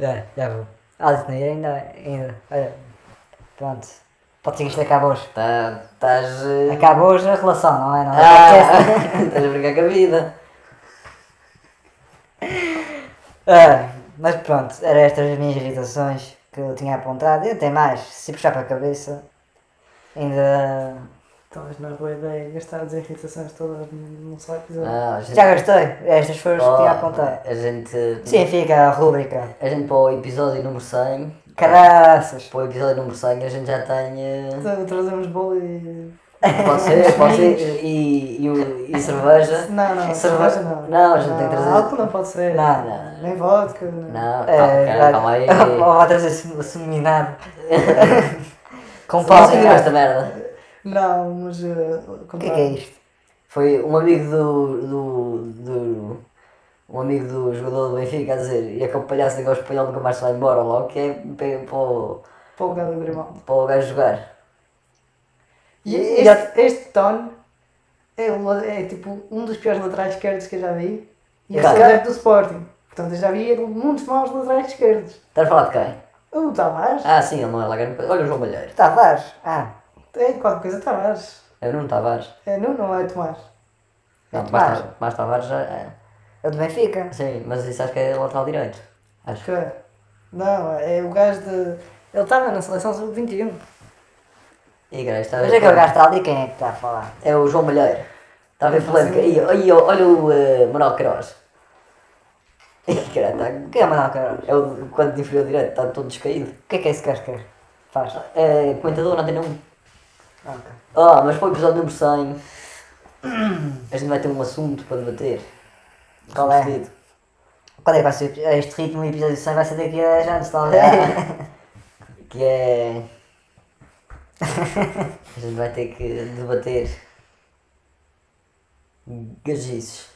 Já, já vou. Ah, isso não ia ainda, ainda. Olha. Pronto. Pode ser que isto acabe hoje.
Tá- Estás. eh,
Acaba hoje a relação, não é? Não é?
Ah, [laughs] estás a brincar com a vida.
Ah, mas pronto, eram estas as minhas irritações que eu tinha apontado. E tem mais, se puxar para a cabeça, ainda.
Talvez não é boa ideia gastar as irritações todas num só episódio.
Não, Ah, a gente-
Já gastei, estas foram as que tinha
Oh,
apontado.
A gente.
Sim, fica a rúbrica.
A gente para o episódio número 100.
Caraças!
Para o episódio número 100 a gente já tem. eh,
Tra- Trazemos bolo e.
Pode ser, pode ser. E, e, o- e cerveja.
Não, não, cerveja não.
Não, a gente tem que trazer.
Álcool não pode ser.
Não,
não.
Nem vodka. Não.
Não, calma,
É,
calma, calma
[laughs]
aí.
[laughs] Ou vai trazer sum- suminado. Com
Não
pau
sei
e
esta merda.
Não, mas. eh,
O
comprar-
que é que é isto?
Foi um amigo do. do. do um amigo do jogador do Benfica a dizer e aquele palhaço que gosta de espanhol nunca mais se vai embora logo que é para, para, o-
Para o lugar do Grimaldo.
para o gajo jogar.
E este, este Tony é, o la- é tipo um dos piores laterais esquerdos que eu já vi. E eu
Cara.
sou adepto do Sporting. Portanto, eu já vi muitos maus laterais esquerdos.
Estás a falar de quem?
O Tavares.
Ah sim, ele não é lá grande coisa. Olha o João Malheiro.
Tavares? Ah,
É qualquer coisa Tavares.
É o Nuno Tavares.
É, não, não é Tomás. É
Não,
Tomás.
mais, Tavares- mais Tavares já é.
é do Benfica.
Sim, mas isso acho que é lateral direito. Acho que.
Que- Não, é o gajo de. Ele estava na seleção sub-21.
E gajo, está a
Mas
ver
é que eu
como-
gasto ali, quem é que está a falar?
É o João Malheiro. Está a ver polémica. Aí, aí, ó, olha o eh, Manuel Queiroz. [laughs] Ih, caralho,
O
tá-
que é Manuel Carlos?
É o quanto de inferior direto, está todo descaído.
O que é que esse gajo quer? Faz. Ah,
É comentador, não tem um.
Ok.
Ah, mas foi o episódio número 100. A gente vai ter um assunto para debater.
Qual é?
Vestido.
Quando é que vai ser o epi- este ritmo? O episódio 100 vai ser daqui a 10 anos, talvez.
Que é. [laughs] A gente vai ter que debater. Gajices.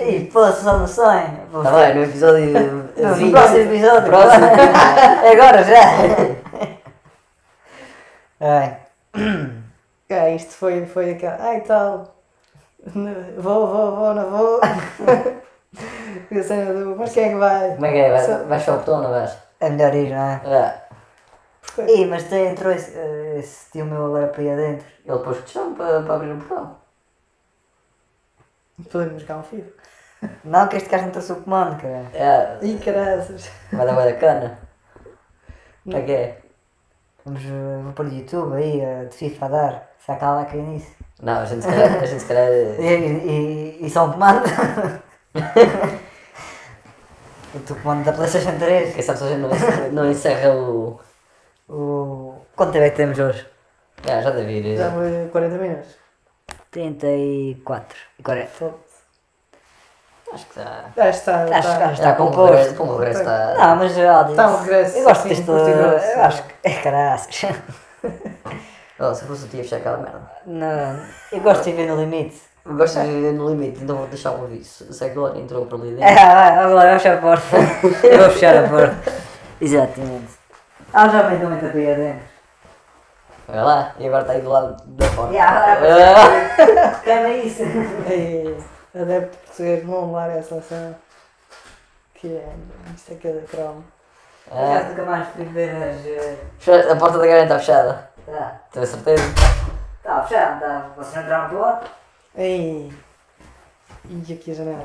Ih, pô, só no sonho. Vou
Está bem, no
[laughs]
episódio 20.
No próximo episódio.
Próximo.
É [laughs] Agora [laughs] já. Ai,
É, isto foi, foi aquela. Ai tal. N- Vou, vou, vou, não vou. [laughs] E a cena do. Mas quem é que vai?
Como é que é? Vai, vais só o botão, não vais?
é melhor ir, não é?
Ah,
Ih, mas tem, entrou esse, eh, esse tio meu agora para ir adentro.
ele pôs questão para, para abrir o portão.
Podemos buscar um filho.
Não, que este gajo não trouxe o comando, cara.
Ah,
Ih, caraças.
vai dar bué da cana. Como é que é?
Vamos, eh, vou pôr o YouTube aí, eh, de FIFA a dar. Será que ela vai cair nisso?
é, Não, a gente se calhar. A gente se calhar
E, e, e, e só um comando? [laughs] O teu comando da PlayStation 3.
Quem sabe se a gente não encerra, não encerra o.
O... Quanto tempo é que temos hoje?
Ah, já deve ir.
Já foi 40 minutos.
34. e 40.
Foda-se.
Acho que está.
Ah, está,
Acho-
está.
acho- Está
Está com o
composto.
regresso, com o regresso está.
Não, Ah, mas olha,
Tá, um regresso,
eu gosto
sim,
deste.
curto e grosso.
Eu acho que. É caraças. [laughs]
Oh, se fosse o tio, fechar aquela merda.
Não, eu gosto de viver no limite.
Eu Gosto de viver no limite, então vou deixar o aviso. Se a Glória entrou para ali
É,
dentro.
vai, agora fecha a porta. [laughs] Eu vou fechar a porta. Exatamente. Ah, já me deu muita pia dentro.
Olha lá, e agora está aí do lado da porta. Ah,
Yeah, Calma isso.
Ei, É, adepto português, não anular essa cena. Que é. Isto é que é da trauma.
Já
Ah,
nunca mais fui ver as. eh,
fecha- A porta da garagem está fechada.
Tá,
Tenho certeza.
tá fechado, tá. Vocês não entraram pelo outro?
Ei! E É aqui a janela.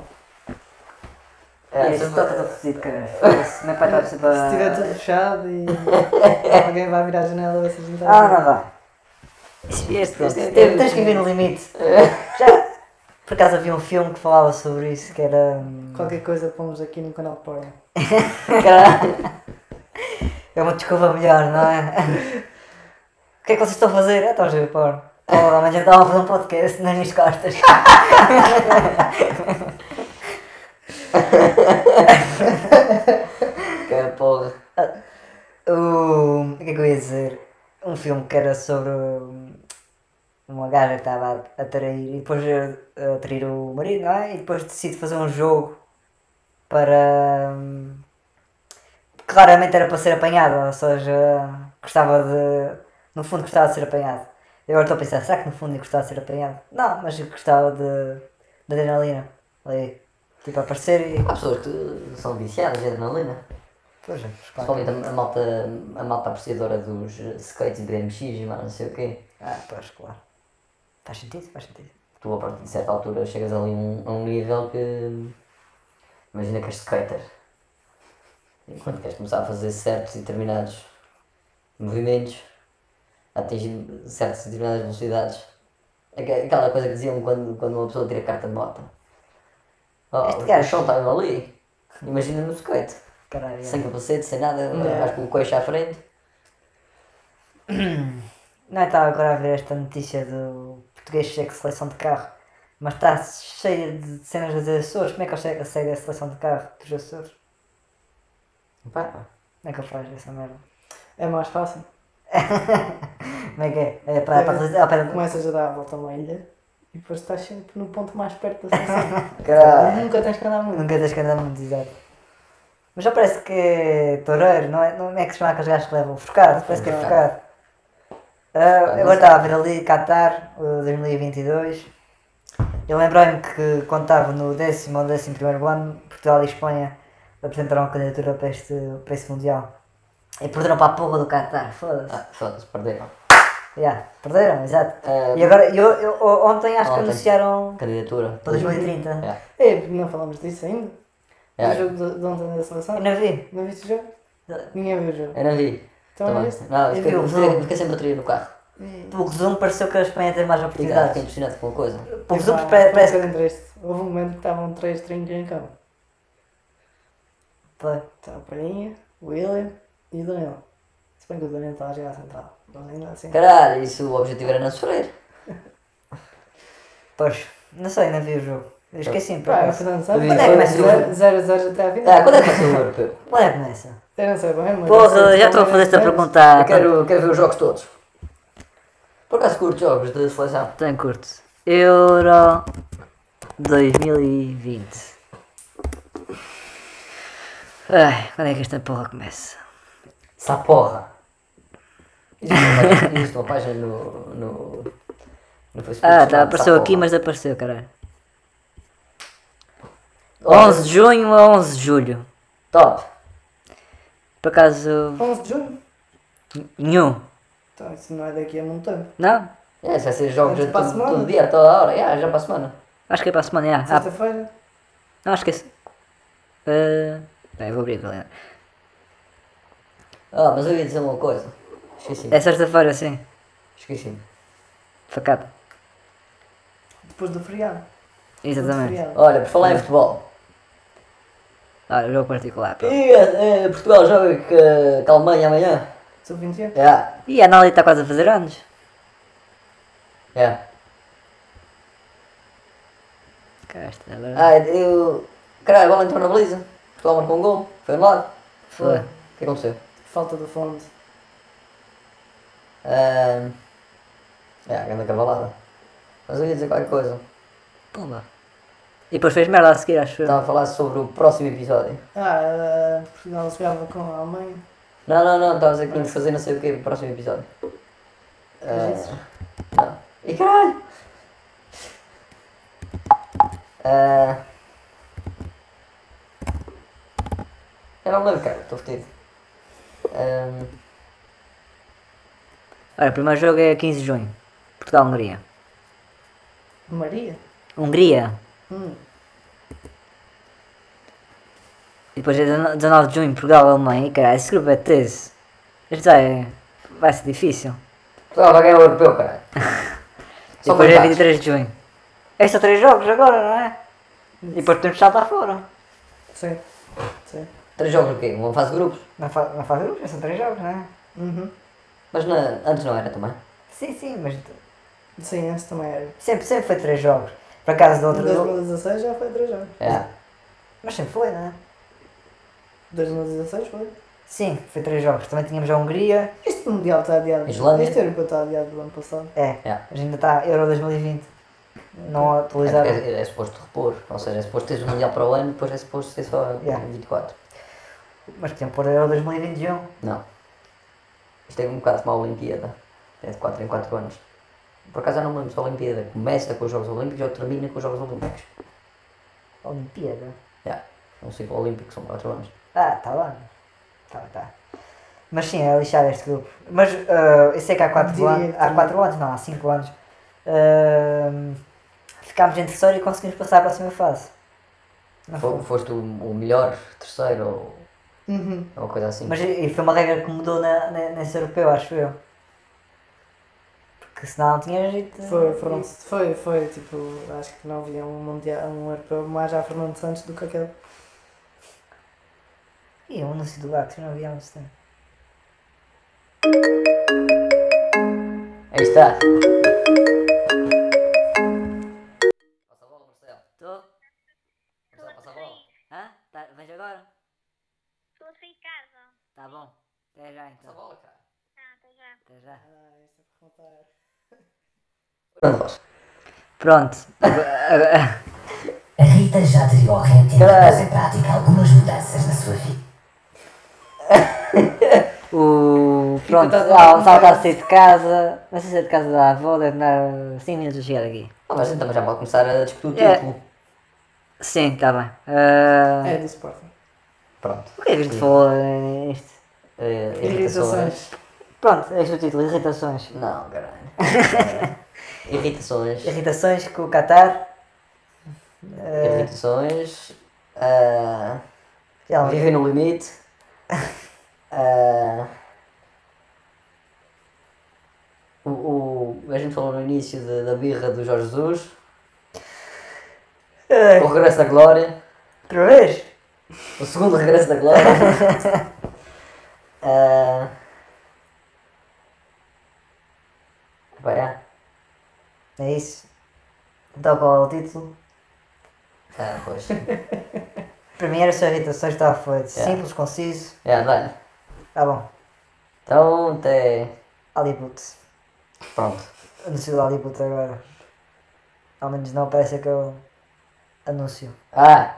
É,
se
isso está tudo fodido, cara. Foda-se, Meu pai está sempre
Se estiver
a.
tudo
[laughs]
fechado e alguém vai virar a janela, vocês não
Ah,
estão.
não vai. Este, este, tens que viver no [laughs] limite. Já. Por acaso havia um filme que falava sobre isso, que era. hum,
Qualquer coisa pomos aqui no canal de porno.
Caralho. É uma desculpa melhor, não é? O que é que vocês estão a fazer? É, estão a ver porno. Oh, amanhã estava a fazer um podcast nas minhas costas.
Que é, porra.
O o que é que eu ia dizer? Um filme que era sobre hum, uma gaja que estava a trair e depois a a trair o marido, não é? E depois decide fazer um jogo para. hum, Claramente era para ser apanhado, ou seja, gostava de. No fundo gostava de ser apanhado. Eu agora estou a pensar, será que no fundo eu gostava de ser apanhado? Não, mas eu gostava de. de adrenalina. Ali. Tipo, aparecer e.
Há pessoas que são viciadas de adrenalina.
Pois é,
Principalmente a, a malta, a malta apreciadora dos eh, skates e BMX, e mais não sei o quê.
Ah, pois, claro. Faz sentido? Faz sentido.
Tu a partir de certa altura chegas ali a um, a um nível que. Imagina que és skater. E quando queres começar a fazer certos e determinados movimentos, atingir certas e determinadas velocidades. Aque- Aquela coisa que diziam quando, quando uma pessoa tira a carta de moto.
Este
Oh, o
gajo.
chão está mesmo ali. Imagina no skate.
Caralho. é.
Sem capacete, sem nada, vais com o coxo à frente.
Não estava agora a ver esta notícia do português chega à seleção de carro, mas está cheia de cenas dos Açores. Como é que ele chega- segue a seleção de carro dos Açores?
Pá,
Como é que ele faz essa merda?
É mais fácil.
Como é que é? É para, para, para, ah, para,
Começas a dar a volta a uma ilha e depois estás sempre no ponto mais perto
[laughs]
da estação.
Caralho.
Nunca tens que andar muito.
Nunca tens que andar muito exato. Mas já parece que é toureiro, não é? Não é que se chama aqueles gajos que levam o forcado, parece que é forcado. Ah, agora estava a ver ali Qatar, o 2022. Eu lembrei-me que quando estava no décimo ou décimo primeiro ano, Portugal e Espanha apresentaram a candidatura para este, para este Mundial. E perderam para a porra do Qatar, foda-se.
ah, foda-se, perderam.
Yeah, perderam, exato.
Ah,
E agora, eu, eu- ontem acho que
Ontem.
anunciaram
Candidatura.
para 2030.
É.
É, não falamos disso ainda.
É.
Do jogo de, de ontem da seleção.
Eu não vi.
Não viste o jogo? Ninguém viu o jogo.
Eu não vi.
Então
Também.
é isso.
Não, eu
Eu
fiquei,
vi o
eu
jogo.
fiquei, fiquei sem bateria no carro.
O resumo pareceu que a Espanha teve mais
Fiquei fiquei
oportunidades.
impressionado com a coisa.
O resumo
Epá,
pare-
foi
parece
um bocadinho triste. Houve um momento que estavam três trinques em campo.
Pá,
Estava a Palhinha, o William e o Daniel. Se bem que o Daniel estava a jogar central. Mas ainda assim.
Caralho, isso o objetivo era não sofrer.
Pois, não sei, não vi o jogo. Eu esqueci-me por
Pá,
acaso.
Fernando sabe.
Quando é que começa o jogo?
0-0 até à vida.
Ah, quando é que vai ser
[laughs]
o europeu?
Quando é que começa?
Eu não sei bem, mas.
Porra, já estou a fazer esta pergunta.
Eu Ah, quero, quero ver os jogos todos. Por acaso curto jogos da seleção.
Tem curto. Euro 2020. Ai, quando é que esta porra começa?
Essa porra. Existe uma página- Existe uma página no, no, no Facebook.
Ah, tá,
chamada
apareceu
Essa
aqui,
Porra.
mas desapareceu, caralho.
Olha,
11 de junho a 11 de julho.
Top.
Por acaso,
11 de junho.
nenhum.
Então isso não é daqui a muito tempo.
Não?
É, isso vai ser jogos
Antes
a
para a
todo,
semana.
todo dia, toda hora. Yeah, já para a semana.
Acho que é para a semana, já. Ah,
Sexta-feira.
não, esqueci. Ah, bem, vou abrir o calendário.
Ah, mas eu ia dizer uma coisa. Esqueci-me.
É sexta-feira, sim.
Esqueci-me.
Facada.
Depois do feriado. Depois do
Exatamente.
feriado.
Olha, por falar em futebol,
Ah, jogo particular. pô.
E eh, Portugal joga com a- com a Alemanha amanhã? É.
Sub-21?
Yeah,
E a Nália está quase a fazer anos.
yeah.
Cá está, agora.
Ah, eu. Caralho, a bola entrou na baliza. Portugal marcou um gol. Foi anulado.
Foi.
O que aconteceu?
Falta do fundo.
Ah, é, a grande cavalada. Mas eu ia dizer qualquer coisa.
Pumba. E depois fez merda a seguir, acho eu.
Estava a falar sobre o próximo episódio.
Ah, ah, Portugal jogava com a Alemanha.
Não, não, não, estava a dizer que íamos fazer não sei o que no próximo episódio.
é
Ah.
Não. E caralho! Ah. eu não me lembro, cara, estou fedido. Ah,
Olha, o primeiro jogo é 15 de junho. Portugal-Hungria.
Maria?
Hungria.
Hum.
E depois é 19 19 de junho, Portugal-Alemanha. E caralho, esse grupo é 13. Este vai, vai ser difícil.
Portugal Ah, vai ganhar o europeu,
[laughs]
caralho.
E
Só
depois é
para
23 de junho. É só 3 jogos agora, não é? E depois temos que saltar fora.
Sim. Sim.
Três jogos o quê? Uma fase de grupos?
Não faz, não faz grupos, são 3 jogos, não é?
Uhum.
Mas na- antes não era também.
Sim, sim, mas
Sim, esse também era.
sempre, sempre foi 3 jogos. Por acaso do
Em 2016 já foi 3 jogos.
É.
Mas sempre foi, não é?
2016 foi.
Sim, foi 3 jogos. Também tínhamos a Hungria.
Este Mundial está adiado.
Islândia.
Este Europeu está adiado do ano passado.
É,
Yeah.
mas ainda está Euro 2020. Não
É,
atualizado.
porque é, é suposto repor, ou seja, é suposto teres o Mundial para o ano, depois é suposto ser só
Yeah.
24.
Mas podiam pôr Euro 2021.
Não. Isto é um bocado como a Olimpíada. É de 4 em 4 anos. Por acaso eu não me lembro se a Olimpíada começa com os Jogos Olímpicos ou termina com os Jogos Olímpicos.
Olimpíada.
Já. É um ciclo olímpico, são 4 anos.
Ah, tá lá. Tá, tá. Mas sim, é lixado este grupo. Mas ah, eu sei que há 4
Diria
anos,
que
há
também.
quatro anos, não, há 5 anos, ah, ficámos em terceiro e conseguimos passar à próxima fase. Não
Fo-
foi?
Foste o, o melhor, terceiro ou
Uhum.
ou uma coisa assim.
Mas e foi uma regra que mudou na, na- nesse europeu, acho eu. Porque senão não tinha jeito.
Foi, foram, foi, foi, tipo, acho que não havia um mundial, um europeu mais à Fernando Santos do que aquele.
E o um anúncio do Lacto, não havia anúncio também.
Aí está. Passa a bola, Marcelo.
Estou?
Estou
Marcelo, passa a bola.
sair.
Hã? Tá, vens agora?
Estou a sair de casa.
Tá bom. Até já
Passa a
então.
bola, cara.
Ah, até já.
Até já.
Fernando Rocha.
Pronto. [laughs]
A Rita já teria ao Renting
Caralho.
pôs em prática algumas mudanças na sua vida.
O. Pronto,
tá-
ah, o Sal está a sair de casa. Vai sair de casa da avó, deve demorar 5 minutos a chegar aqui.
Ah, mas então já pode começar a discutir o
É.
título.
Sim, está bem. Ah,
É do Sporting.
Pronto.
O que é que a gente falou eh, isto?
Eh, irritações.
Irritações.
Pronto, este é o título: Irritações. [laughs]
Não, caralho. Eh, irritações.
Irritações com o Qatar.
Irritações. ah,
Já lá-
viver no limite. ah, o, o- a gente falou no início de- da birra do Jorge Jesus.
É.
O regresso da glória.
Outra vez?
O segundo regresso da glória. Ah, pá, é.
É isso. Então qual é o título?
Ah, pois.
Para mim era só irritações, está feito.
Yeah.
Simples, conciso.
É, dá-lhe.
Tá bom.
Então, até.
Hollywood.
Pronto.
Anúncio do Hollywood agora. Ao menos não parece aquele anúncio.
Ah!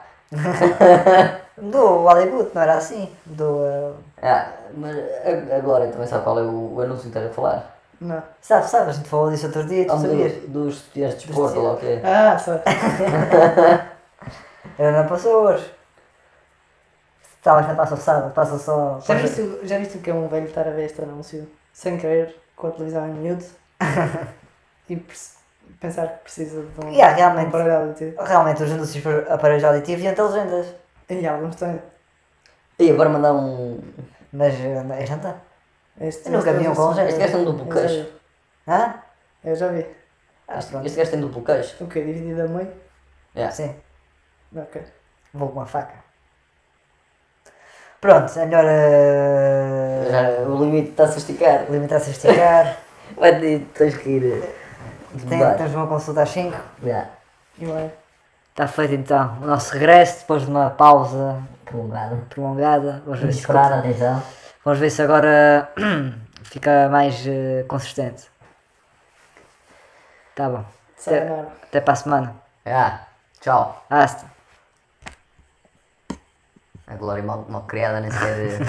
Mudou o Hollywood, não era assim? Mudou a.
Ah, mas a, a Glória também sabe qual é o, o anúncio que estás a falar?
Não.
Sabe, sabe, a gente falou disso outro dia,
Ah,
tu
do-
sabias?
dos estudantes de desporto, ou lá o quê?
Ah, só.
Ainda não passou hoje. Talvez não passa sábado, passa só.
Já viste, o- já viste o que é um velho estar a ver este anúncio? Sem querer, com a televisão em miúdo. e perce- pensar que precisa de um.
Yeah, realmente.
um aparelho auditivo.
Realmente os anúncios para aparelhos auditivos e legendas.
E alguns têm.
E agora mandar um.
Mas eh, este não está.
Este,
Eu nunca
este
vi um
anúncio-
com legenda.
Este gajo tem um duplo
Eu já
queixo.
vi.
Hã?
Eu já vi. é
Ah,
Este,
pronto.
este gajo tem duplo queixo. É.
O que? Dividido a meio?
Yeah.
Sim,
Ok.
vou com uma faca. Pronto, é melhor eh,
Já, o limite está-se a esticar.
limitar-se a [laughs] esticar.
Vai, ter- tens que ir. eh,
Tem,
mudar.
temos uma consulta às 5.
Já,
Eu é.
Está feito então o nosso regresso depois de uma pausa
prolongado.
prolongada. Vamos né? ver se,
Esperar, atenção.
vamos ver se agora [clears throat] fica mais eh, consistente. Tá bom. Até,
Sayonara.
até para a semana. Ah,
Já, É, tchau.
Hasta.
É [laughs] A Glória mal, mal criada, nem sequer.